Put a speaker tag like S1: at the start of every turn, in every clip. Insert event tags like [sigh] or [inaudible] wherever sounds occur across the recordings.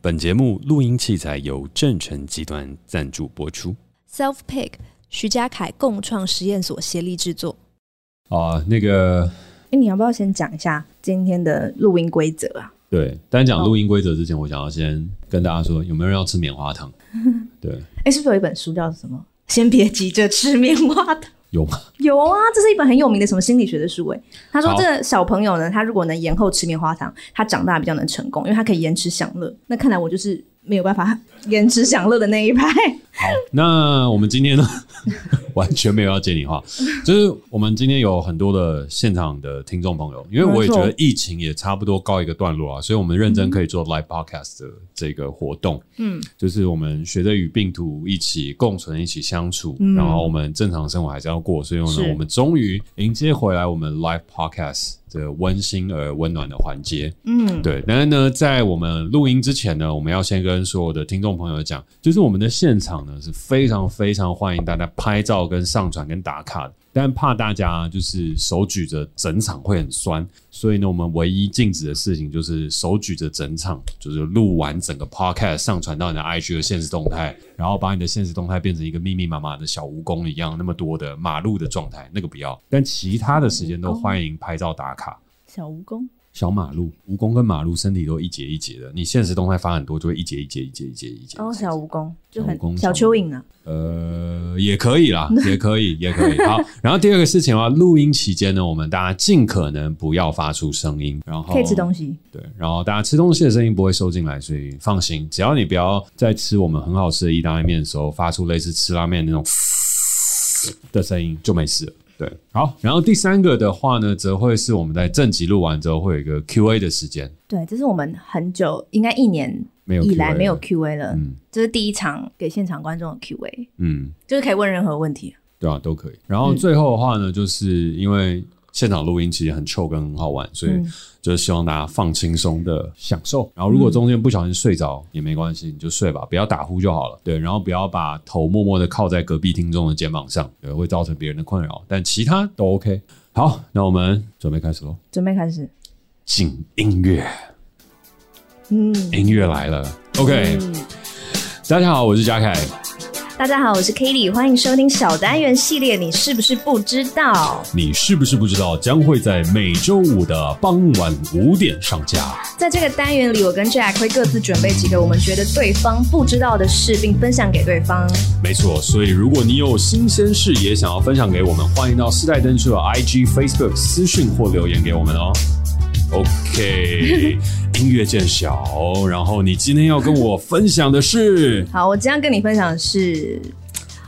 S1: 本节目录音器材由正成集团赞助播出。
S2: Self Pick 徐家凯共创实验所协力制作。
S1: 啊，那个
S3: 哎，你要不要先讲一下今天的录音规则啊？
S1: 对，单讲录音规则之前，我想要先跟大家说，有没有人要吃棉花 [laughs] 糖？对，
S3: 哎，是不是有一本书叫什么？先别急着吃棉花糖。 [laughs]
S1: 有吗？ [laughs]
S3: 有啊，这是一本很有名的什么心理学的书哎。他说
S1: 好
S3: 这小朋友呢，他如果能延后吃棉花糖，他长大比较能成功，因为他可以延迟享乐。那看来我就是没有办法 [laughs] 延迟享乐的那一派。
S1: 好，那我们今天呢， [laughs] 完全没有要接你话，就是我们今天有很多的现场的听众朋友，因为我也觉得
S3: 没
S1: 疫情也差不多告一个段落啊，所以我们认真可以做 live podcast 的这个活动，
S3: 嗯，
S1: 就是我们学着与病毒一起共存、一起相处，
S3: 嗯
S1: 然后我们正常生活还是要过，所以呢
S3: 是，
S1: 我们终于迎接回来我们 live podcast 的温馨而温暖的环节，
S3: 嗯，
S1: 对，但是呢，在我们录音之前呢，我们要先跟所有的听众朋友讲，就是我们的现场呢是非常非常欢迎大家拍照、跟上传、跟打卡的。但怕大家就是手举着整场会很酸，所以呢，我们唯一禁止的事情就是手举着整场，就是录完整个 podcast 上传到你的 IG 的现实动态，然后把你的现实动态变成一个密密麻麻的小蜈蚣一样那么多的马路的状态，那个不要。但其他的时间都欢迎拍照打卡。
S3: 小蜈蚣，
S1: 小马路，蜈蚣跟马路身体都一节一节的，你现实动态发很多，就会一节一节一节一节一节。
S3: 哦，小蜈蚣就
S1: 小
S3: 很
S1: 蜈蚣
S3: 小蚯蚓啊，
S1: 呃，也可以啦，也可以，也可以。好，然后第二个事情啊，录音期间呢，我们大家尽可能不要发出声音，然后
S3: 可以吃东西。
S1: 对，然后大家吃东西的声音不会收进来，所以放心，只要你不要在吃我们很好吃的意大利面的时候发出类似吃拉面那种 [laughs] 的声音，就没事了。对，好，然后第三个的话呢，则会是我们在正集录完之后会有一个 Q&A 的时间，
S3: 对，这是我们很久，应该一年
S1: 没有
S3: 以来
S1: Q&A
S3: 没有
S1: 了
S3: Q&A 了，
S1: 嗯
S3: 这是第一场给现场观众的 Q&A，
S1: 嗯，
S3: 就是可以问任何问题。
S1: 对啊，都可以。然后最后的话呢，就是因为现场录音其实很 chill 跟很好玩，所以
S3: 嗯
S1: 就是希望大家放轻松的享受。然后如果中间不小心睡着也没关系，你就睡吧，不要打呼就好了。对，然后不要把头默默的靠在隔壁听众的肩膀上，对，会造成别人的困扰。但其他都 OK。好，那我们准备开始喽，
S3: 准备开始，
S1: 进音乐，
S3: 嗯，
S1: 音乐来了。OK，、大家好，我是嘉凯。
S3: 大家好，我是 k a t i e 欢迎收听小单元系列。你是不是不知道，
S1: 你是不是不知道将会在每周五的傍晚五点上架？
S3: 在这个单元里，我跟 Jack 会各自准备几个我们觉得对方不知道的事，并分享给对方。
S1: 没错，所以如果你有新鲜事也想要分享给我们，欢迎到世代登出的 IG、Facebook 私讯或留言给我们哦。OK，音
S3: [laughs]
S1: 乐见小，然后你今天要跟我分享的是，
S3: 好，我今天要跟你分享的是，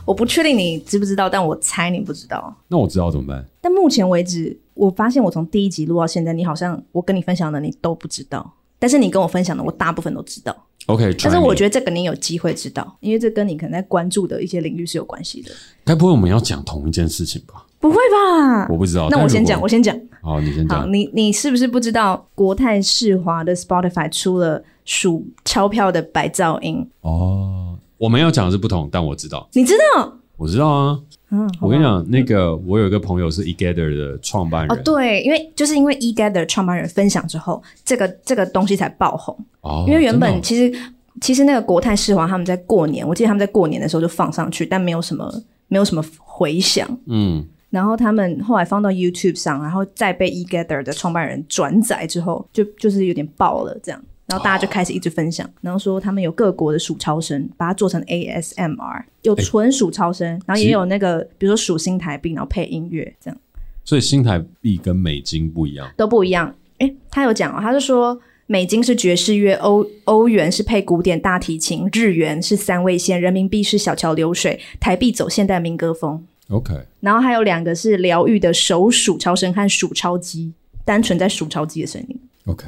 S3: 我不确定你知不知道，但我猜你不知道。
S1: 那我知道怎么办？
S3: 但目前为止，我发现我从第一集录到现在，你好像我跟你分享的你都不知道，但是你跟我分享的我大部分都知道。
S1: OK，
S3: 但是我觉
S1: 得，
S3: 得这个你有机会知道，因为这跟你可能在关注的一些领域是有关系的。
S1: 该不会我们要讲同一件事情吧？
S3: 不会吧？
S1: 我不知道。
S3: 那
S1: 但
S3: 我
S1: 如
S3: 先
S1: 果
S3: 讲，我先讲。
S1: 好，你先
S3: 好，
S1: 讲。
S3: 你你是不是不知道国泰世华的 Spotify 出了数钞票的白噪音？
S1: 哦，我们要讲的是不同，但我知道，
S3: 你知道？
S1: 我知道啊。
S3: 嗯，好吧
S1: 我跟你讲，那个我有一个朋友是 eGather 的创办
S3: 哦
S1: 人，，
S3: 对，因为就是因为 eGather 创办人分享之后，这个这个东西才爆红。
S1: 哦
S3: 因为原
S1: 真
S3: 本
S1: 的哦
S3: 其实、其实那个国泰世华他们在过年，我记得他们在过年的时候就放上去，但没有什么没有什么回响。
S1: 嗯，
S3: 然后他们后来放到 YouTube 上，然后再被 eGather 的创办人转载之后，就就是有点爆了这样。然后大家就开始一直分
S1: 哦
S3: 享，然后说他们有各国的数超声，把它做成 ASMR，有纯数超声，然后也有那个比如说数新台币，然后配音乐这样
S1: 哦所以新台币跟美金不一样。
S3: 都不一样。诶，他有讲哦，他就说美金是爵士乐，欧欧元是配古典大提琴，日元是三味线，人民币是小桥流水，台币走现代民歌风。
S1: OK，
S3: 然后还有两个是疗愈的手数超声和数超机，单纯在数超机的声音。
S1: OK，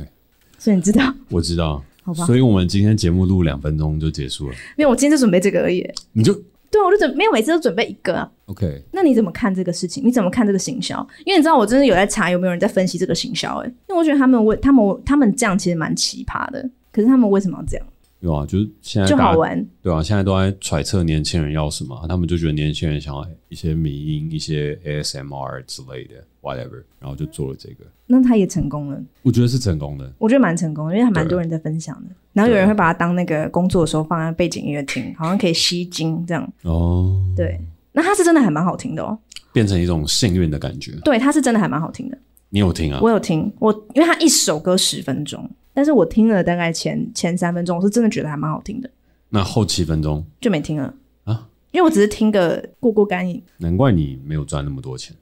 S3: 所以你知道， [laughs]
S1: 我知道，
S3: 好吧
S1: 所以我们今天节目录两分钟就结束了，
S3: 因为我今天就准备这个而已。
S1: 你就
S3: 对啊，我就准没有每次都准备一个啊。
S1: OK。
S3: 那你怎么看这个事情？你怎么看这个行销？因为你知道，我真的有在查有没有人在分析这个行销、欸。因为我觉得他们为他们他们这样其实蛮奇葩的，可是他们为什么要这样？
S1: 对啊，就是现在
S3: 就
S1: 大
S3: 好
S1: 家
S3: 玩。
S1: 对啊，现在都在揣测年轻人要什么，他们就觉得年轻人想要一些迷音、一些 ASMR 之类的，whatever，然后就做了这个，
S3: 那他也成功了，
S1: 我觉得是成功的。
S3: 我觉得蛮成功的，因为还蛮
S1: 对
S3: 多人在分享的。然后有
S1: 对
S3: 人会把它当那个工作的时候放在背景音乐听，好像可以吸睛这样。
S1: 哦，
S3: 对，那它是真的还蛮好听的哦。
S1: 变成一种幸运的感觉。
S3: 对，它是真的还蛮好听的。
S1: 你有听啊？
S3: 我有听，我因为它一首歌十分钟，但是我听了大概前前三分钟，我是真的觉得还蛮好听的，
S1: 那后七分钟，
S3: 就没听了
S1: 啊，
S3: 因为我只是听个过过干瘾，
S1: 难怪你没有赚那么多钱。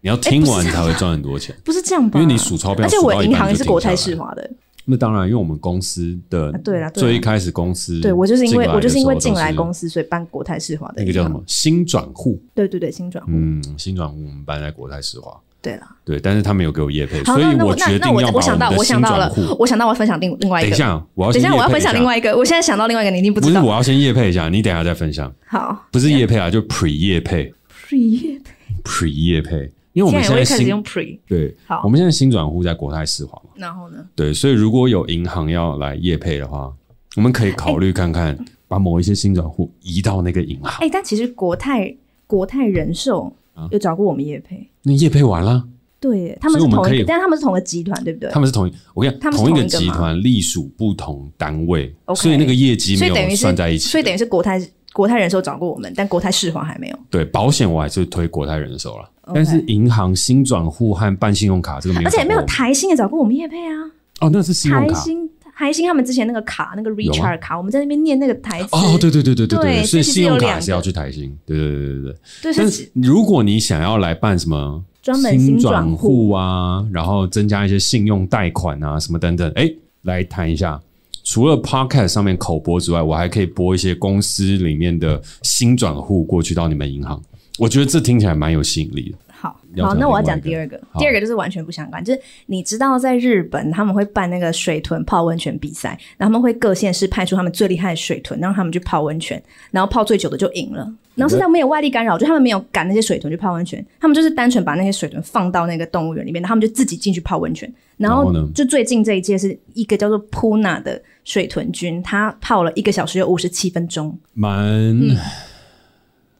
S1: 你要听
S3: 哎
S1: 完
S3: 啊
S1: 才会赚很多钱，
S3: 不是这样吧？
S1: 因为你数钞票，
S3: 而且
S1: 数
S3: 我
S1: 到一
S3: 银
S1: 半
S3: 行也
S1: 就是停
S3: 国
S1: 下
S3: 泰
S1: 来
S3: 世。华的，
S1: 那当然，因为我们公司的
S3: 啊对啦对啦
S1: 最一开始公司
S3: 对我就是因为
S1: 进来的
S3: 我就是因为进
S1: 时
S3: 来
S1: 候都
S3: 公司，所以办国泰世华的
S1: 是那个叫什
S3: 银行？
S1: 么新转户，
S3: 对对对，新转户。
S1: 嗯，新转户我们搬在国泰世华，
S3: 对了，
S1: 对，但是他没有给我业配，
S3: 好，
S1: 所以
S3: 那那我那
S1: 决
S3: 那
S1: 定要
S3: 我
S1: 把
S3: 我想到
S1: 们的
S3: 我
S1: 新
S3: 想到
S1: 转
S3: 了
S1: 户。，
S3: 我想到我要分享另另外
S1: 等
S3: 一
S1: 一
S3: 个，
S1: 下，我要
S3: 等一下我要分享另
S1: 外，
S3: 外一个，我现在想到另外一个，你一定不
S1: 不
S3: 知
S1: 是
S3: 道。
S1: 我要先业配一下，你等一下再分享，
S3: 好
S1: 不是业配啊，就 pre 业配
S3: ，pre，
S1: ，pre 业配，因为我
S3: 现
S1: 们
S3: 在
S1: 现
S3: 也会
S1: 在
S3: 开始
S1: 新
S3: 用 pre。
S1: 对，
S3: 好
S1: 我们现在新转户在国泰世华嘛，
S3: 然后呢？
S1: 对，所以如果有银行要来业配的话，我们可以考虑看看，把某一些新转户移到那个银行。
S3: 哎、但其实国泰国泰人寿
S1: 啊
S3: 有找过我们叶配，
S1: 那业配完了，
S3: 对耶，他们
S1: 所以我
S3: 是
S1: 们
S3: 同
S1: 可
S3: 一
S1: 以
S3: 个，但他们是同一个集团，对不对
S1: 他？们是同一，我跟你讲，
S3: 他们是
S1: 同一
S3: 同
S1: 个
S3: 一个
S1: 集
S3: 嘛
S1: 团隶属不同单位
S3: OK
S1: 所以那个业绩
S3: 所
S1: 没
S3: 以等
S1: 有
S3: 于是
S1: 算在一起的。
S3: 所以等于是国泰国泰人寿找过我们，但国泰世华还没有。
S1: 对保险，我还是推国泰人寿了。
S3: OK
S1: 但是银行新转户和办信用卡这个没有
S3: 而
S1: 找过我们，
S3: 且没有台新也找过我们叶配啊，
S1: 哦，那是信用
S3: 台
S1: 卡啊
S3: 新台新他们之前那个卡那个 Richard 卡，我们在那边念那个台词，
S1: 哦，对对对对对所
S3: 对
S1: 以
S3: 所以其实
S1: 信用
S3: 有两
S1: 卡
S3: 个
S1: 是要去台新，对对对对对。
S3: 对，
S1: 但
S3: 是
S1: 是如果你想要来办什么
S3: 专门
S1: 新
S3: 新转
S1: 转户啊，然后增加一些信用贷款啊什么等等，哎，来谈一下。除了 podcast 上面口播之外，我还可以播一些公司里面的新转户过去到你们银行，我觉得这听起来蛮有吸引力的。
S3: 好
S1: 要
S3: 好，
S1: 讲
S3: 那我要
S1: 另外
S3: 讲
S1: 一个
S3: 第二个
S1: 好，
S3: 第二个就是完全不相关，就是你知道在日本他们会办那个水豚泡温泉比赛，然后他们会各县市派出他们最厉害的水豚，然后他们去泡温泉，然后泡最久的就赢了。然后是他们没有外力干扰，就他们没有赶那些水豚去泡温泉，他们就是单纯把那些水豚放到那个动物园里面，然后他们就自己进去泡温泉。然
S1: 然
S3: 后
S1: 后呢
S3: 就最近这一届是一个叫做 Puna 的水豚君，他泡了一个小时有五十七分钟，
S1: 蛮、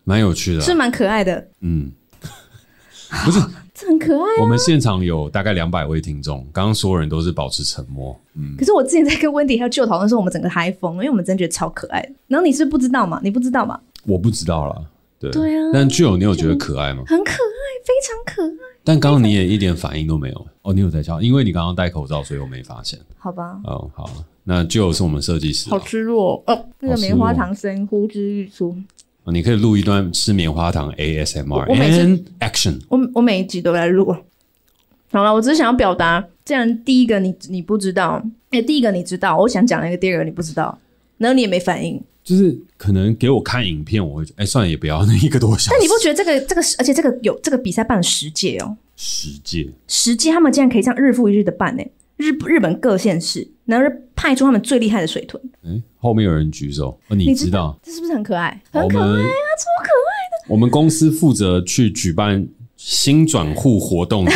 S1: 蛮有趣的啊、
S3: 是蛮可爱的，
S1: 嗯，不是，
S3: 这很可爱。啊
S1: 我们现场有大概两百位听众，刚刚所有人都是保持沉默。
S3: 可是我之前在跟温迪还有舅讨论的时候，我们整个嗨疯，因为我们真的觉得超可爱的。然后你是不是不知道嘛？你不知道嘛？
S1: 我不知道啦，对
S3: 对啊
S1: 但具有你有觉得可爱吗？
S3: 很可爱，非常可爱。
S1: 但刚刚你也一点反应都没有哦，你有在笑，因为你刚刚戴口罩，所以我没发现。
S3: 好吧，
S1: 哦，好，那就是我们设计师啊、
S3: 失落哦。那个
S1: 好失
S3: 棉花
S1: 落
S3: 糖声呼之欲出。
S1: 哦你可以录一段吃棉花糖 ASMR
S3: 我我每次
S1: and action。
S3: 我我每一集都来录。好了，我只是想要表达，既然第一个你你不知道，哎、第一个你知道，我想讲那个第二个你不知道，然后你也没反应，
S1: 就是可能给我看影片，我会觉得哎、算了，也不要那一个多小时。
S3: 但你不觉得这个这个，而且这个有这个比赛办了十届哦，
S1: 十届
S3: 实际他们竟然可以这样日复一日的办呢、日日本各县市，然后派出他们最厉害的水豚，
S1: 哎、后面有人举手，哦、你
S3: 你
S1: 知
S3: 知
S1: 道？哦
S3: 这是不是很可爱？
S1: 我
S3: 很可
S1: 们
S3: 超可爱。
S1: 我们公司负责去举办新转户活动
S3: [laughs]
S1: 的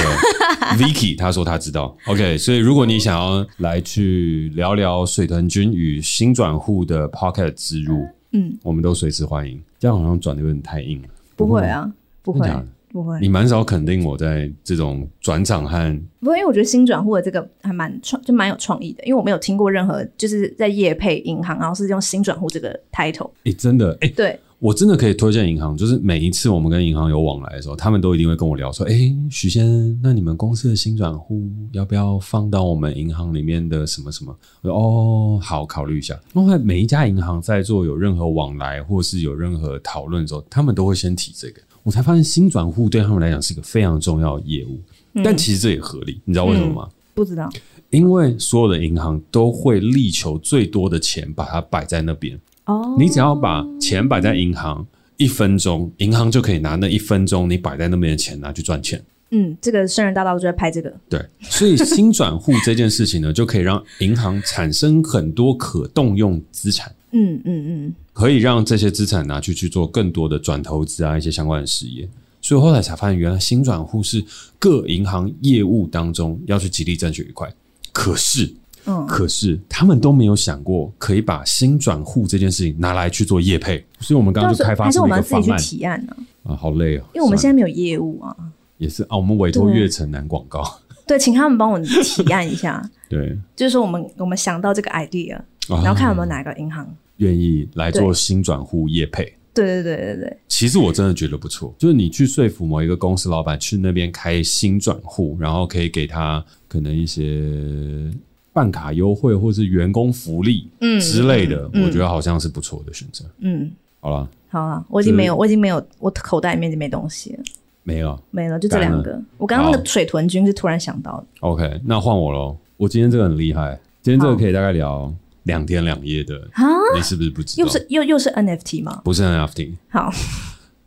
S1: Vicky，他说他知道。OK，所以如果你想要来去聊聊水豚君与新转户的 Pocket 植入，
S3: 嗯，
S1: 我们都随时欢迎。这样好像转的有点太硬了，
S3: 不会啊，不
S1: 真
S3: 会
S1: 的假，的。
S3: 不会，
S1: 你蛮少肯定我在这种转场和
S3: 不会，因为我觉得新转户的这个还蛮创，就蛮有创意的，因为我没有听过任何就是在业配银行，然后是用新转户这个 title。
S1: 诶、真的诶、
S3: 对，
S1: 我真的可以推荐银行，就是每一次我们跟银行有往来的时候，他们都一定会跟我聊说：“哎、徐先生，那你们公司的新转户要不要放到我们银行里面的什么什么？”我说：“哦，好，考虑一下。”另外，每一家银行在做有任何往来或是有任何讨论的时候，他们都会先提这个。我才发现新转户对他们来讲是一个非常重要的业务，但其实这也合理，你知道为什么吗？
S3: 不知道，
S1: 因为所有的银行都会力求最多的钱把它摆在那边。
S3: 哦
S1: 你只要把钱摆在银行一分钟，银行就可以拿那一分钟你摆在那边的钱拿去赚钱。
S3: 嗯，这个生人大道就在拍这个，
S1: 对，所以新转户这件事情呢，就可以让银行产生很多可动用资产，
S3: 嗯嗯嗯，
S1: 可以让这些资产拿去去做更多的转投资啊，一些相关的事业。所以后来才发现，原来新转户是各银行业务当中要去极力争取一块。可是
S3: 嗯
S1: 可是他们都没有想过可以把新转户这件事情拿来去做业配，所以我们刚刚就开发
S3: 还是
S1: 出
S3: 我
S1: 一
S3: 们
S1: 个
S3: 要自
S1: 方
S3: 己去
S1: 案
S3: 提案呢、
S1: 啊，好累哦，
S3: 因为我们现
S1: 在
S3: 在没有业务啊。
S1: 也是啊，我们委托
S3: 对
S1: 月城南广告，
S3: 对，请他们帮我提案一下， [laughs]
S1: 对，
S3: 就是说我们我们想到这个 idea，
S1: 然
S3: 然后
S1: 哦
S3: 看有没有哪个银行。
S1: 愿意来做新转户业配。
S3: 对对对对对，
S1: 其实我真的觉得不错，就是你去说服某一个公司老板去那边开新转户，然后可以给他可能一些办卡优惠或是员工福利
S3: 嗯
S1: 之类的，
S3: 嗯
S1: 我觉得好像是不错的选择。
S3: 嗯，
S1: 好了，
S3: 好啊，我已经没有，我已经没有，我口袋里面已经没东西了，
S1: 没了。
S3: 没了，就这两个。我刚刚那个水豚君是突然想到的，
S1: OK，那换我喽。我今天这个很厉害，今天这个可以大概聊两天两夜的
S3: 啊，
S1: 你是不是不知道？
S3: 又是又又是 NFT 吗？
S1: 不是很 NFT？
S3: 好，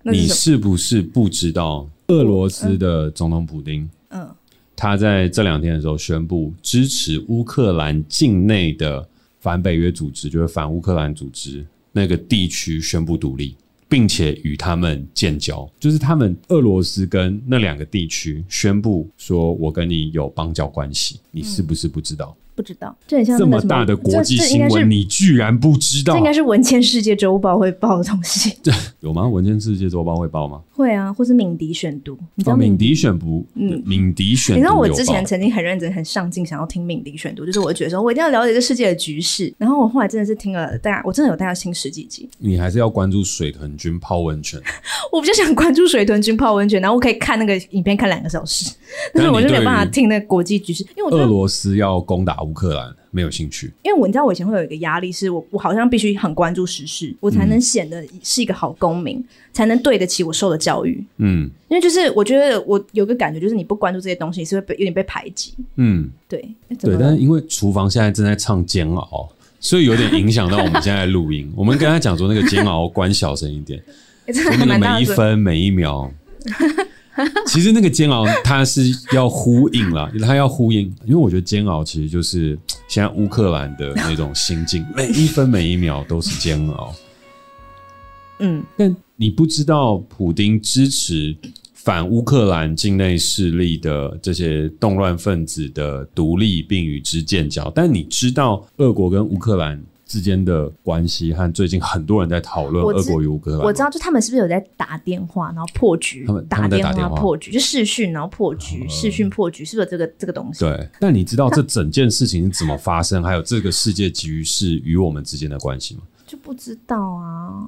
S3: 那是
S1: 你
S3: 什么？
S1: 是不是不知道俄罗斯的总统普丁？
S3: 嗯，
S1: 他在这两天的时候宣布支持乌克兰境内的反北约组织，就是反乌克兰组织那个地区宣布独立，并且与他们建交，就是他们俄罗斯跟那两个地区宣布说，我跟你有邦交关系，你是不是不知道？
S3: 不知道，这很像
S1: 这
S3: 嗯那
S1: 么
S3: 个什
S1: 大的国际
S3: 这这应
S1: 新
S3: 该
S1: 闻，
S3: 是
S1: 你居然不知道
S3: 这应？该是文茜世界周报会报的东西。
S1: 有吗？文件世界周报会报吗？
S3: 会啊，或是敏迪选读，你知
S1: 哦，
S3: 道
S1: 敏
S3: 敏迪？
S1: 迪选不？
S3: 嗯
S1: 敏迪选
S3: 你
S1: 读
S3: 知道我
S1: 有
S3: 之
S1: 报
S3: 前曾经很认真、很上进，想要听敏迪选读，就是我觉得说我一定要了解这世界的局势。然后我后来真的是听了大概，我真的有大概听十几集。
S1: 你还是要关注水豚君泡温泉，
S3: 我比较想关注水豚君泡温泉，然后我可以看那个影片看两个小时，但是我就没有办法听那个国际局势， [laughs] 因为我觉
S1: 俄
S3: 得，
S1: 罗斯要攻打乌克兰，没有兴趣。
S3: 因为我你知道我以前会有一个压力，是我我好像必须很关注时事，我才能显得是一个好公民，才能对得起我受的教育。
S1: 嗯
S3: 因为就是我觉得我有个感觉，就是你不关注这些东西，你是会被有点被排挤。
S1: 嗯，
S3: 对，哎诶怎
S1: 对
S3: 么。了
S1: 但是因为厨房现在正在唱《煎熬》，所以有点影响到我们现在录音。我 [laughs] 们跟他讲说，那个《煎熬》关小声一
S3: [laughs]
S1: 点，
S3: 诶真
S1: 那
S3: 的还
S1: 个
S3: 蛮大
S1: 每一
S3: 的准。
S1: 分每一秒。
S3: [laughs]
S1: 其实那个煎熬，它是要呼应啦，它要呼应，因为我觉得煎熬其实就是现在乌克兰的那种心境，每一分每一秒都是煎熬。
S3: 嗯，
S1: 但你不知道普丁支持反乌克兰境内势力的这些动乱分子的独立，并与之建交，但你知道俄国跟乌克兰之间的关系和最近很多人在讨论
S3: 我
S1: 俄
S3: 知
S1: 国与乌克兰吗，
S3: 我知道，就他们是不是有在打电话，然后破局
S1: 他们，他
S3: 打
S1: 们在打
S3: 电
S1: 电话哦
S3: 破局，就视讯，然后破局，视讯破局，是不是有这个这个东西？
S1: 对，但你知道这整件事情是怎么发生，还有这个世界局势与我们之间的关系吗？
S3: 就不知道啊。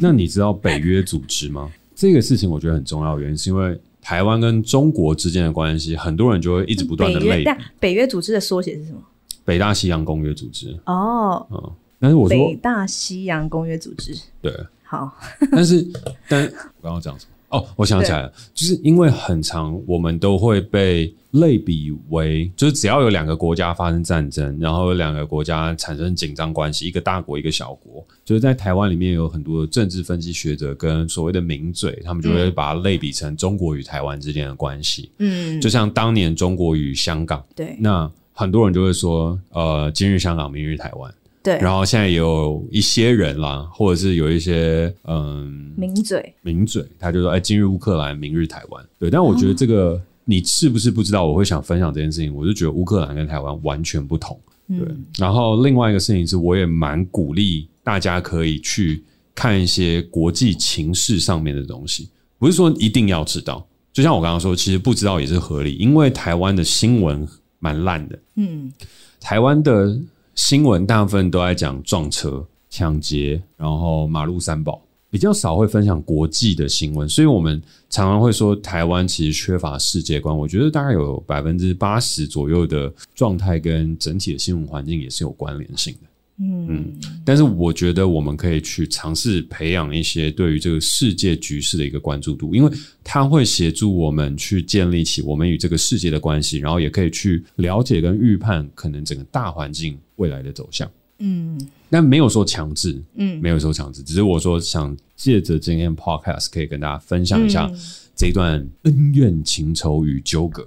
S1: 那你知道北约组织吗？这个事情我觉得很重要，原因是因为台湾跟中国之间的关系，很多人就会一直不断
S3: 北
S1: 的类
S3: 约，
S1: 比
S3: 但北约组织的缩写是什么？
S1: 北大西洋公约组织。
S3: 哦，
S1: 嗯，但是我
S3: 北
S1: 说
S3: 大西洋公约组织。
S1: 对，
S3: 好，
S1: 但是 [laughs] 但我刚刚讲什么？哦，我想起来了，就是因为很长，我们都会被类比为，就是只要有两个国家发生战争，然后有两个国家产生紧张关系，一个大国一个小国，就是在台湾里面有很多政治分析学者跟所谓的名嘴，他们就会把它类比成中国与台湾之间的关系，
S3: 嗯
S1: 就，像当年中国与香港，
S3: 对
S1: 那很多人就会说，呃，今日香港，明日台湾。
S3: 对，
S1: 然后现在也有一些人啦，或者是有一些嗯
S3: 名嘴
S1: 名嘴，他就说：“哎，今日乌克兰，明日台湾。”对，但我觉得这个、你是不是不知道？我会想分享这件事情，我就觉得乌克兰跟台湾完全不同。
S3: 嗯
S1: 对，然后另外一个事情是，我也蛮鼓励大家可以去看一些国际情势上面的东西，不是说一定要知道。就像我刚刚说，其实不知道也是合理，因为台湾的新闻蛮烂的。
S3: 嗯，
S1: 台湾的新闻大部分都在讲撞车、抢劫，然后马路三宝，比较少会分享国际的新闻，所以我们常常会说台湾其实缺乏世界观。我觉得大概有百分之八十左右的状态跟整体的新闻环境也是有关联性的。
S3: 嗯，
S1: 但是我觉得我们可以去尝试培养一些对于这个世界局势的一个关注度，因为它会协助我们去建立起我们与这个世界的关系，然后也可以去了解跟预判可能整个大环境未来的走向。
S3: 嗯，
S1: 但没有说强制，
S3: 嗯
S1: 没有说强制，只是我说想借着今天 podcast 可以跟大家分享一下
S3: 嗯
S1: 这一段恩怨情仇与纠葛。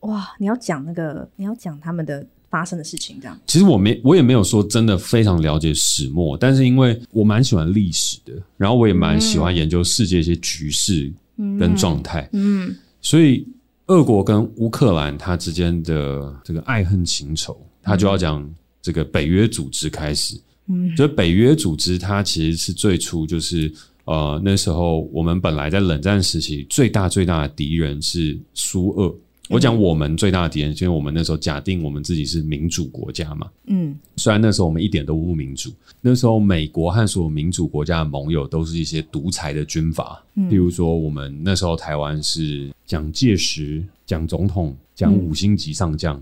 S3: 哇，你要讲那个，你要讲他们的发生的事情，这样。
S1: 其实我没，我也没有说真的非常了解始末，但是因为我蛮喜欢历史的，然后我也蛮喜欢研究世界一些局势跟状态，
S3: 嗯
S1: 所以俄国跟乌克兰它之间的这个爱恨情仇，他就要讲这个北约组织开始。嗯，就北约组织它其实是最初就是呃那时候我们本来在冷战时期最大最大的敌人是苏俄。我讲我们最大的敌人，因为我们那时候假定我们自己是民主国家嘛，
S3: 嗯，
S1: 虽然那时候我们一点都不民主，那时候美国和所有民主国家的盟友都是一些独裁的军阀，譬如说我们那时候台湾是蒋介石、蒋总统、蒋五星级上将，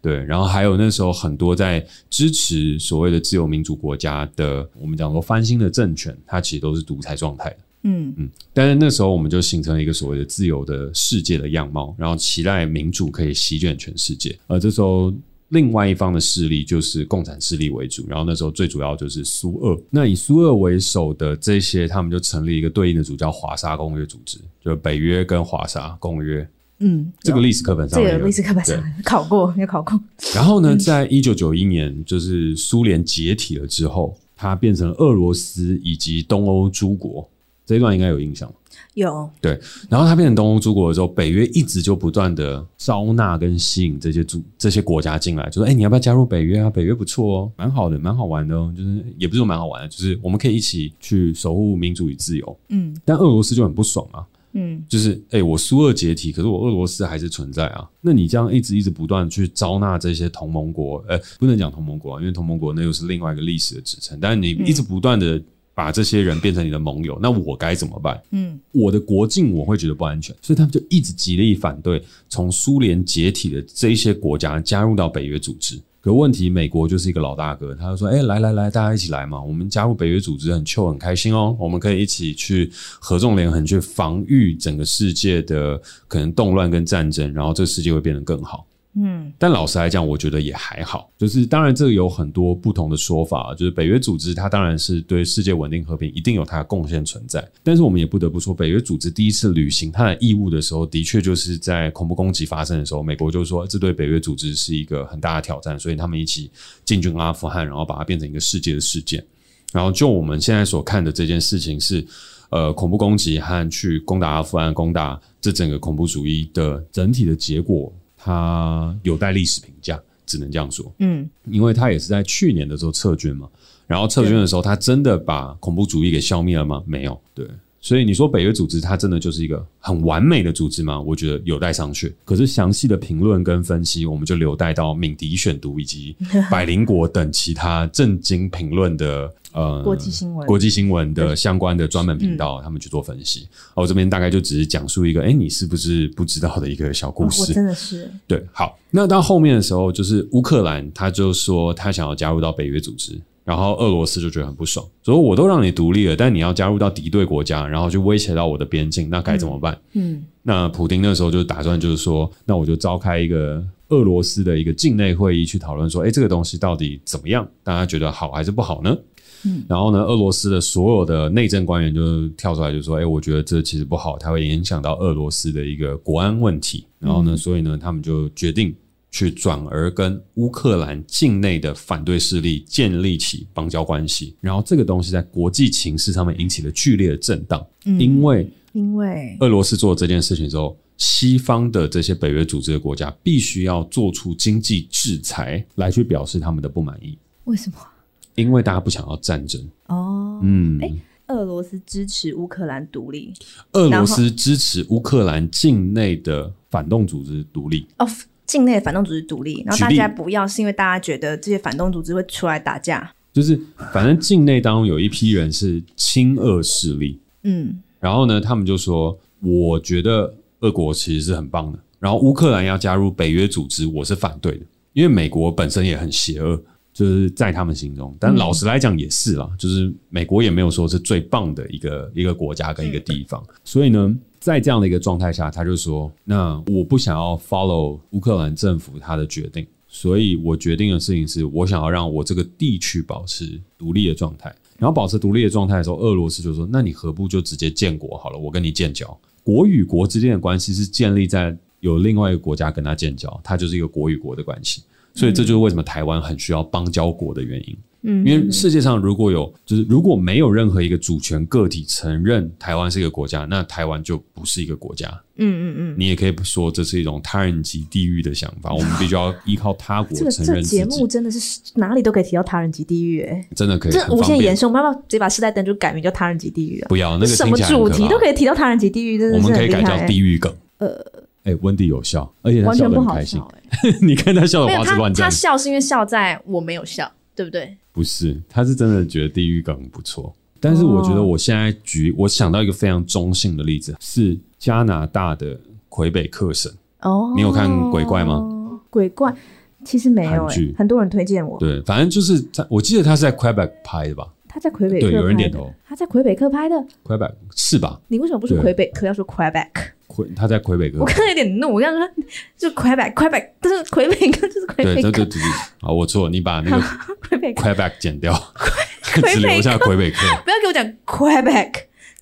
S1: 对，然后还有那时候很多在支持所谓的自由民主国家的，我们讲说翻新的政权，它其实都是独裁状态的。
S3: 嗯
S1: 嗯，但是那时候我们就形成了一个所谓的自由的世界的样貌，然后期待民主可以席卷全世界。呃而这时候另外一方的势力就是共产势力为主，然后那时候最主要就是苏俄。那以苏俄为首的这些，他们就成立一个对应的组，叫华沙公约组织，就是北约跟华沙公约。
S3: 嗯，
S1: 这个历史课本上
S3: 这
S1: 面有，
S3: 个历史课本上
S1: 对
S3: 考过，有考过，
S1: 然后呢，在一九九一年，就是苏联解体了之后，它变成俄罗斯以及东欧诸国。这一段应该有印象。
S3: 有
S1: 对，然后它变成东欧诸国的时候，北约一直就不断的招纳跟吸引这些诸这些国家进来，就说：“哎、你要不要加入北约啊？北约不错哦，蛮好的，蛮好玩的哦。就是也不是说蛮好玩的，就是我们可以一起去守护民主与自由。”
S3: 嗯，
S1: 但俄罗斯就很不爽啊，
S3: 嗯
S1: 就是哎、我苏俄解体，可是我俄罗斯还是存在啊。那你这样一直一直不断去招纳这些同盟国，呃，不能讲同盟国啊，因为同盟国那又是另外一个历史的指称。但是你
S3: 嗯
S1: 一直不断的把这些人变成你的盟友，那我该怎么办？
S3: 嗯
S1: 我的国境我会觉得不安全，所以他们就一直极力反对从苏联解体的这一些国家加入到北约组织。可问题，美国就是一个老大哥，他就说：“哎、来来来，大家一起来嘛，我们加入北约组织很 chill 很开心哦，我们可以一起去合纵连横去防御整个世界的可能动乱跟战争，然后这世界会变得更好。”
S3: 嗯
S1: 但老实来讲，我觉得也还好。就是当然，这个有很多不同的说法。就是北约组织，它当然是对世界稳定和平一定有它的贡献存在。但是我们也不得不说，北约组织第一次履行它的义务的时候，的确就是在恐怖攻击发生的时候，美国就说这对北约组织是一个很大的挑战，所以他们一起进军阿富汗，然后把它变成一个世界的事件。然后就我们现在所看的这件事情是，呃，恐怖攻击和去攻打阿富汗、攻打这整个恐怖主义的整体的结果，它有待历史评价，只能这样说。
S3: 嗯
S1: 因为它也是在去年的时候撤军嘛，然后撤军的时候，它真的把恐怖主义给消灭了吗？没有，对。所以你说北约组织它真的就是一个很完美的组织吗？我觉得有待商榷。可是详细的评论跟分析，我们就留待到敏迪选读以及百灵国等其他震惊评论的呃
S3: 国际新闻嗯
S1: 国际新闻的相关的专门频道，他们去做分析。哦，我这边大概就只是讲述一个，哎，你是不是不知道的一个小故
S3: 哦我
S1: 事？
S3: 真的是，
S1: 对，好，那到后面的时候，就是乌克兰他就说他想要加入到北约组织，然后俄罗斯就觉得很不爽，所以我都让你独立了，但你要加入到敌对国家，然后就威胁到我的边境，那该怎么办？
S3: 嗯
S1: 那普丁那时候就打算就是说，那我就召开一个俄罗斯的一个境内会议去讨论说，哎，这个东西到底怎么样？大家觉得好还是不好呢？
S3: 嗯
S1: 然后呢，俄罗斯的所有的内政官员就跳出来就说：“哎，我觉得这其实不好，它会影响到俄罗斯的一个国安问题。”然后呢，所以呢，他们就决定去转而跟乌克兰境内的反对势力建立起邦交关系。然后这个东西在国际情势上面引起了剧烈的震荡，因为
S3: 因为
S1: 俄罗斯做这件事情之后，西方的这些北约组织的国家必须要做出经济制裁来去表示他们的不满意，
S3: 为什么？
S1: 因为大家不想要战争。
S3: 哦，
S1: 嗯，
S3: 哎俄罗斯支持乌克兰独立
S1: 俄罗斯支持乌克兰境内的反动组织独立。
S3: 哦，境内的反动组织独立，然后
S1: 举
S3: 大
S1: 例
S3: 家不要是因为大家觉得这些反动组织会出来打架，
S1: 就是反正境内当中有一批人是亲俄势力，
S3: 嗯
S1: 然后呢，他们就说，我觉得俄国其实是很棒的，然后乌克兰要加入北约组织，我是反对的，因为美国本身也很邪恶。就是在他们心中，但老实来讲也是啦，就是美国也没有说是最棒的一个一个国家跟一个地方，所以呢，在这样的一个状态下，他就说：“那我不想要 follow 乌克兰政府他的决定，所以我决定的事情是我想要让我这个地区保持独立的状态。然后保持独立的状态的时候，俄罗斯就说：‘那你何不就直接建国好了？我跟你建交。’国与国之间的关系是建立在有另外一个国家跟他建交，它就是一个国与国的关系。所以这就是为什么台湾很需要邦交国的原因。
S2: 嗯，
S1: 因为世界上如果有就是如果没有任何一个主权个体承认台湾是一个国家，那台湾就不是一个国家。
S2: 嗯嗯嗯，
S1: 你也可以说这是一种他人及地域的想 [laughs] 法，我们必须要依靠他国
S3: 这个
S1: 承
S3: 这
S1: 认
S3: 个
S1: 自
S3: 节目
S1: 己。
S3: 真的是哪里都可以提到他人及地狱、哎，
S1: 真的可以
S3: 这
S1: 很
S3: 无
S1: 方
S3: 限延
S1: 便，
S3: 伸，我们要不要直接把世代灯就改名叫他人及地狱啊？
S1: 不要那个
S3: 什
S1: 听
S3: 么
S1: 起来很
S3: 主
S1: 可
S3: 题
S1: 怕
S3: 都可以提到他人及地狱，真
S1: 我
S3: 的是
S1: 们可
S3: 很
S1: 以
S3: 厉
S1: 改叫
S3: 害、
S1: 地狱梗。
S3: 呃，
S1: 哎，温迪有笑，而且他
S3: 完
S1: 笑
S3: 全
S1: 得
S3: 不
S1: 很
S3: 好
S1: 开
S3: 笑
S1: 心。
S3: 哎、
S1: 你看他笑
S3: 没
S1: 得
S3: 有
S1: 花枝
S3: 他
S1: 乱
S3: 他
S1: 颤，
S3: 笑是因为笑在我没有笑，对不对？
S1: 不是，他是真的觉得地狱梗不错。但是我觉得我现在举，我想到一个非常中性的例子，是加拿大的魁北克省。
S3: 哦，
S1: 你有看鬼怪
S3: 吗？鬼怪其实没有、
S1: 韩
S3: 哎
S1: 剧，
S3: 很多人推荐我。
S1: 对，反正就是他，我记得他是在魁北克拍的吧？
S3: 他在魁北克
S1: 对有人
S3: 拍
S1: 点
S3: 的
S1: 头。
S3: 他在魁北克拍的，
S1: 魁北克是吧？
S3: 你为什么不说
S1: 对
S3: 魁北克，要说 Quebec？
S1: 魁他在魁北克
S3: 我。刚刚有点怒，我刚刚说就 Quebec，Quebec，但是魁北克 [laughs] 就是魁
S1: 对，
S3: 北
S1: 对对
S3: 克，
S1: 对，啊，我错，了，你把那个
S3: 魁北克，
S1: 魁北克剪掉，
S3: 北克
S1: 只留下魁北克。
S3: 不要给我讲 Quebec，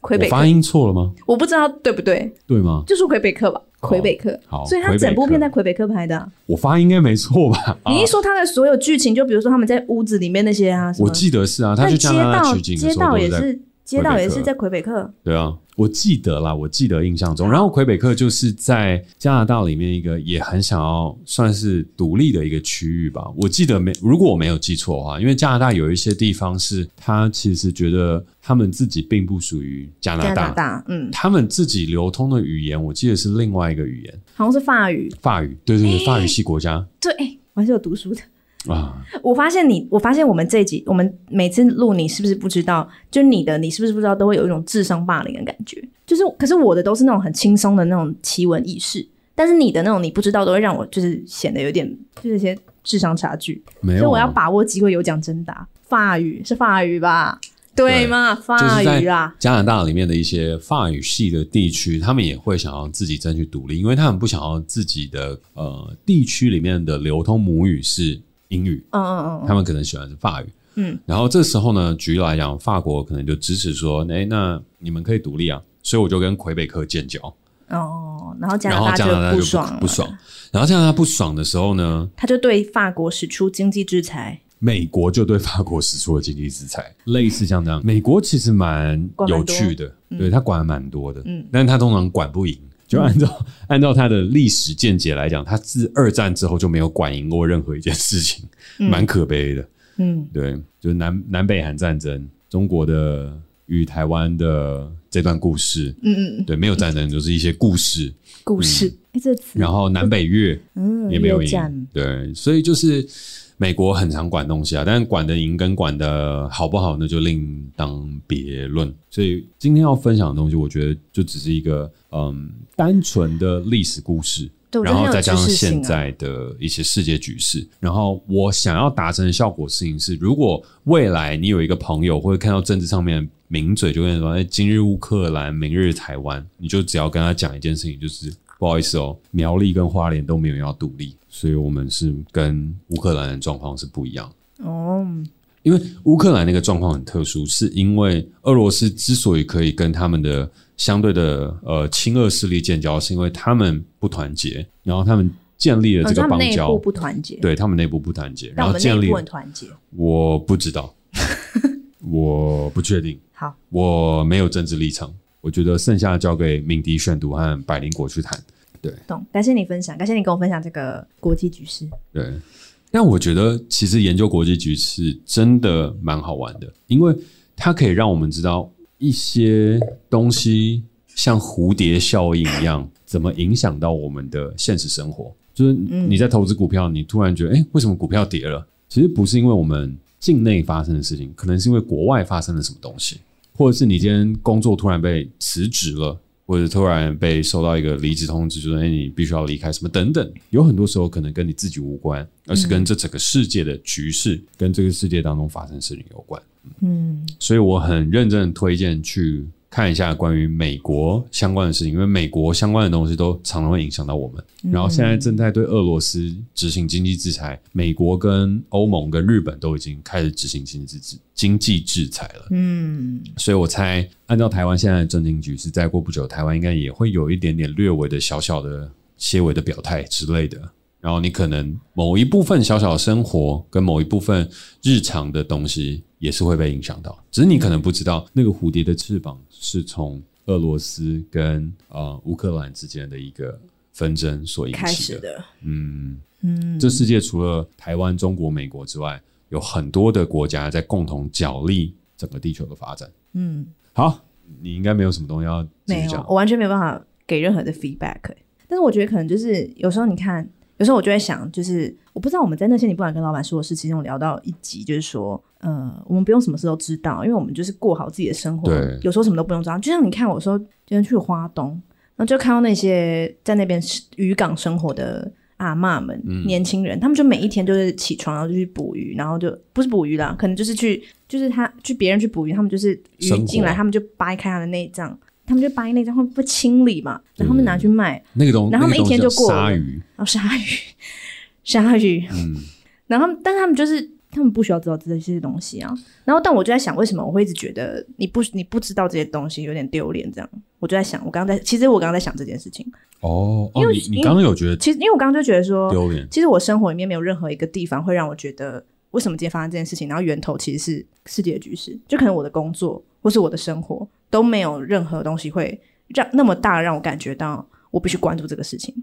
S3: 魁
S1: 我
S3: 北克，
S1: 发音错了吗？
S3: 我不知道对不对，
S1: 对吗？
S3: 就说魁北克吧，魁北克。
S1: 好
S3: 所以他
S1: 魁北
S3: 整部
S1: 克
S3: 片在魁北克拍的啊、
S1: 我发音应该没错吧？啊
S3: 你一说他的所有剧情，就比如说他们在屋子里面那些啊，什么
S1: 我记得是啊，他
S3: 那
S1: 去
S3: 街
S1: 加拿大
S3: 道
S1: 取景的
S3: 街
S1: 时候
S3: 道
S1: 都
S3: 也
S1: 是在
S3: 是街道也
S1: 魁北
S3: 是
S1: 克
S3: 在魁北克，
S1: 对啊，我记得啦，我记得印象中，然后魁北克就是在加拿大里面一个也很想要算是独立的一个区域吧。我记得没，如果我没有记错的话，因为加拿大有一些地方是他其实觉得他们自己并不属于加
S3: 加
S1: 拿
S3: 拿
S1: 大，
S3: 大，嗯，
S1: 他们自己流通的语言，我记得是另外一个语言，
S3: 好像是法语。
S1: 法语。对对对，法语系国家
S3: 对，哎我还是有读书的。
S1: 啊，
S3: 我发现你，我发现我们这一集，我们每次录，你是不是不知道？就你的，你是不是不知道，都会有一种智商霸凌的感觉。就是，可是我的都是那种很轻松的那种奇闻异事，但是你的那种你不知道，都会让我就是显得有点就是一些智商差距。
S1: 没
S3: 所以
S1: 有
S3: 我要
S1: 啊。
S3: 把握机会有奖征答。法语是法语吧？对吗？法
S1: 就是
S3: 语
S1: 在
S3: 啊，
S1: 加拿大里面的一些法语系的地区，他们也会想要自己争取独立，因为他们不想要自己的呃地区里面的流通母语是英语，
S3: 嗯嗯嗯
S1: 他们可能喜欢是法语。
S3: 嗯，
S1: 然后这时候呢，举例来讲，法国可能就支持说，哎，那你们可以独立啊，所以我就跟魁北克建交，
S3: 嗯，哦，然后加
S1: 然后
S3: 拿大
S1: 加拿大就不
S3: 不爽
S1: 不
S3: 了，
S1: 爽，然后加拿大不爽的时候呢，
S3: 他就对法国使出经济制裁。
S1: 美国就对法国使出了经济制裁，类似像这样。美国其实蛮有趣的，对他管得蛮多的，
S3: 嗯
S1: 但是他通常管不赢。就按照、按照他的历史见解来讲，他自二战之后就没有管赢过任何一件事情，蛮可悲的。
S3: 嗯，
S1: 对，就是南南北韩战争，中国的与台湾的这段故事，
S3: 嗯嗯嗯，
S1: 对，没有战争，就是一些故事。
S3: 故事，哎、这词，
S1: 然后南北越，
S3: 嗯，
S1: 嗯也没有
S3: 越战
S1: 赢。对，所以就是美国很常管东西啊，但是管的赢跟管的好不好，那就另当别论。所以今天要分享的东西，我觉得就只是一个嗯单纯的历史故事。
S3: 对我觉
S1: 然
S3: 得
S1: 后
S3: 很有
S1: 再加上
S3: 知识性
S1: 现
S3: 啊
S1: 在的一些世界局势，然后我想要达成的效果事情是，如果未来你有一个朋友或者看到政治上面的名嘴就跟你说，哎，今日乌克兰，明日台湾，你就只要跟他讲一件事情，就是不好意思哦，苗栗跟花莲都没有要独立，所以我们是跟乌克兰的状况是不一样的。
S3: 哦，
S1: 因为乌克兰那个状况很特殊，是因为俄罗斯之所以可以跟他们的相对的呃亲俄势力建交，是因为他们不团结，然后他们建立了
S3: 哦
S1: 这
S3: 他
S1: 个
S3: 们
S1: 邦
S3: 内
S1: 交，
S3: 部不团结，
S1: 对他们内部不团结，
S3: 但
S1: 然
S3: 我
S1: 后
S3: 们
S1: 建
S3: 内
S1: 立
S3: 部很团结。
S1: 我不知
S3: [laughs]
S1: 道，我不确定，
S3: 好，
S1: 我没有政治立场，我觉得剩下交给敏迪选读和百灵果去谈。
S3: 懂。感谢你分享，感谢你跟我分享这个国际局势。
S1: 对，但我觉得其实研究国际局势真的蛮好玩的，因为它可以让我们知道一些东西像蝴蝶效应一样，怎么影响到我们的现实生活。就是你在投资股票，你突然觉得，哎、为什么股票跌了？其实不是因为我们境内发生的事情，可能是因为国外发生了什么东西，或者是你今天工作突然被辞职了。或者突然被收到一个离职通知，就说“哎，你必须要离开”什么等等，有很多时候可能跟你自己无关，而是跟这整个世界的局势、跟这个世界当中发生的事情有关。
S3: 嗯，
S1: 所以我很认真地推荐去看一下关于美国相关的事情，因为美国相关的东西都常常会影响到我们。然后现在正在对俄罗斯执行经济制裁，美国跟欧盟跟日本都已经开始执行经济制经济制裁了。
S3: 嗯，
S1: 所以我猜，按照台湾现在的政经局势，再过不久，台湾应该也会有一点点略微的小小的、些微的表态之类的。然后你可能某一部分小小的生活跟某一部分日常的东西也是会被影响到，只是你可能不知道那个蝴蝶的翅膀是从俄罗斯跟呃乌克兰之间的一个纷争所引
S2: 开
S1: 起
S2: 始
S1: 的。
S2: 的，
S1: 嗯，
S2: 嗯，
S1: 这世界除了台湾、中国、美国之外，有很多的国家在共同角力整个地球的发展。
S2: 嗯，
S1: 好，你应该没有什么东西要继
S3: 没
S1: 续
S3: 有
S1: 讲，，
S3: 我完全没有办法给任何的 feedback 欸、但是我觉得可能就是有时候你看，有时候我就会想，就是我不知道我们在那些你不敢跟老板说的事情，我聊到一集，就是说，呃，我们不用什么事都知道，因为我们就是过好自己的生活
S1: 对，
S3: 有时候什么都不用知道。就像你看，我说今天去花东，然后就看到那些在那边渔港生活的。阿嬷们，
S1: 嗯
S3: 年轻人，他们就每一天就是起床，然后就去捕鱼，然后就不是捕鱼啦，可能就是去，就是他去别人去捕鱼，他们就是鱼
S1: 生活
S3: 进来，他们就掰开他的内脏，他们就把那张会不清理嘛，然后他们拿去卖，
S1: 那个东，
S3: 然后
S1: 那个
S3: 他们一天
S1: 东
S3: 就
S1: 西叫
S3: 过了
S1: 鲨鱼，
S3: 然后鲨鱼， [laughs] 鲨鱼，
S1: 嗯，
S3: 然后他们但他们就是他们不需要知道这些东西啊。然后但我就在想，为什么我会一直觉得你不你不知道这些东西有点丢脸？这样，我就在想，我刚刚在其实我刚刚在想这件事情，
S1: 哦
S3: 因
S1: 哦，
S3: 为
S1: 你
S3: 因
S1: 你
S3: 为哦
S1: 刚刚有觉得
S3: 其实因为我刚刚就觉得说，
S1: 丢脸，
S3: 其实我生活里面没有任何一个地方会让我觉得为什么今天发生这件事情，然后源头其实是世界的局势，就可能我的工作或是我的生活都没有任何东西会让那么大让我感觉到我必须关注这个事情。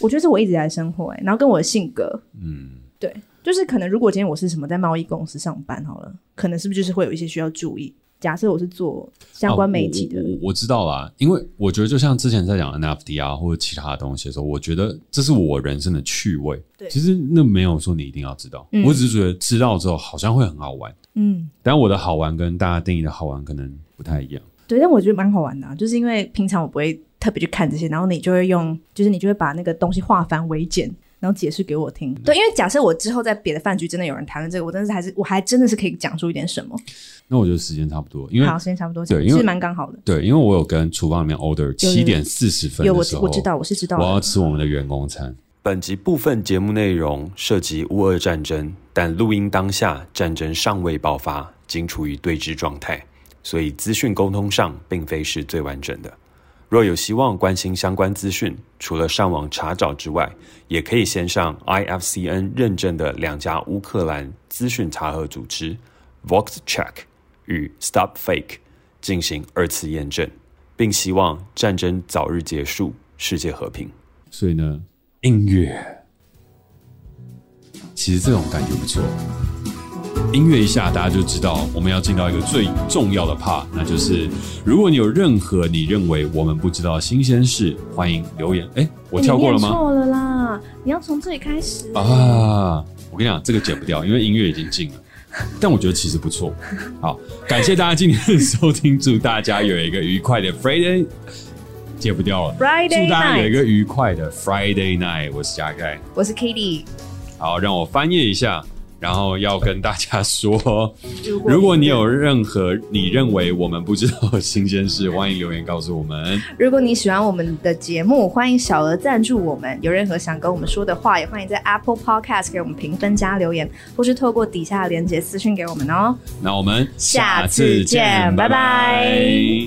S3: 我觉得是我一直以来的生活、欸，然后跟我的性格，
S1: 嗯，
S3: 对，就是可能如果今天我是什么在贸易公司上班好了，可能是不是就是会有一些需要注意。假设我是做相关媒体的，
S1: 啊我我我我知道啦，因为我觉得就像之前在讲 NFT 啊或者其他的东西的时候，我觉得这是我人生的趣味。
S3: 对
S1: 其实那没有说你一定要知道，
S3: 嗯
S1: 我只是觉得知道之后好像会很好玩，
S3: 嗯，
S1: 但我的好玩跟大家定义的好玩可能不太一样。
S3: 对，但我觉得蛮好玩的、啊，就是因为平常我不会特别去看这些，然后你就会用，就是你就会把那个东西化繁为简，然后解释给我听。对，因为假设我之后在别的饭局真的有人谈论这个，我真的是还是我还真的是可以讲出一点什么。
S1: 那我觉得时间差不多，因为
S3: 好，时间差不多，
S1: 对因为
S3: 是蛮刚好的。
S1: 对，因为我有跟厨房里面 order
S3: 有
S1: 七点四十分
S3: 有我
S1: 的时候，
S3: 我知道，我是知道
S1: 我要
S3: 的。
S1: 吃我们的员工餐。
S4: 本集部分节目内容涉及乌俄战争，但录音当下战争尚未爆发，仅处于对峙状态，所以资讯沟通上并非是最完整的。若有希望关心相关资讯，除了上网查找之外，也可以先上 IFCN 认证的两家乌克兰资讯查核组织 VoxCheck 与 Stop Fake 进行二次验证，并希望战争早日结束，世界和平。
S1: 所以呢，音乐其实这种感觉不错。音乐一下，大家就知道我们要进到一个最重要的 part，那就是如果你有任何你认为我们不知道的新鲜事，欢迎留言。哎，我
S3: 哎
S1: 跳
S3: 你
S1: 过了
S3: 念
S1: 吗？
S3: 错了啦，你要从这里开始。
S1: [laughs] 啊，我跟你讲，这个剪不掉，因为音乐已经进了。但我觉得其实不错。好，感谢大家今天的收听，祝大家有一个愉快的 Friday，戒不掉了。
S3: Friday
S1: 祝大家有一
S3: night，
S1: 个愉快的 Friday night。我是嘉盖，
S3: 我是 Kitty。
S1: 好，让我翻页一下，然后要跟大家说，
S3: 如果
S1: 如果你有任何你认为我们不知道的新鲜事，欢迎留言告诉我们。
S3: 如果你喜欢我们的节目，欢迎小额赞助我们。有任何想跟我们说的话，也欢迎在 Apple Podcast 给我们评分加留言，或是透过底下的连接私讯给我们哦。
S1: 那我们
S3: 下次见拜拜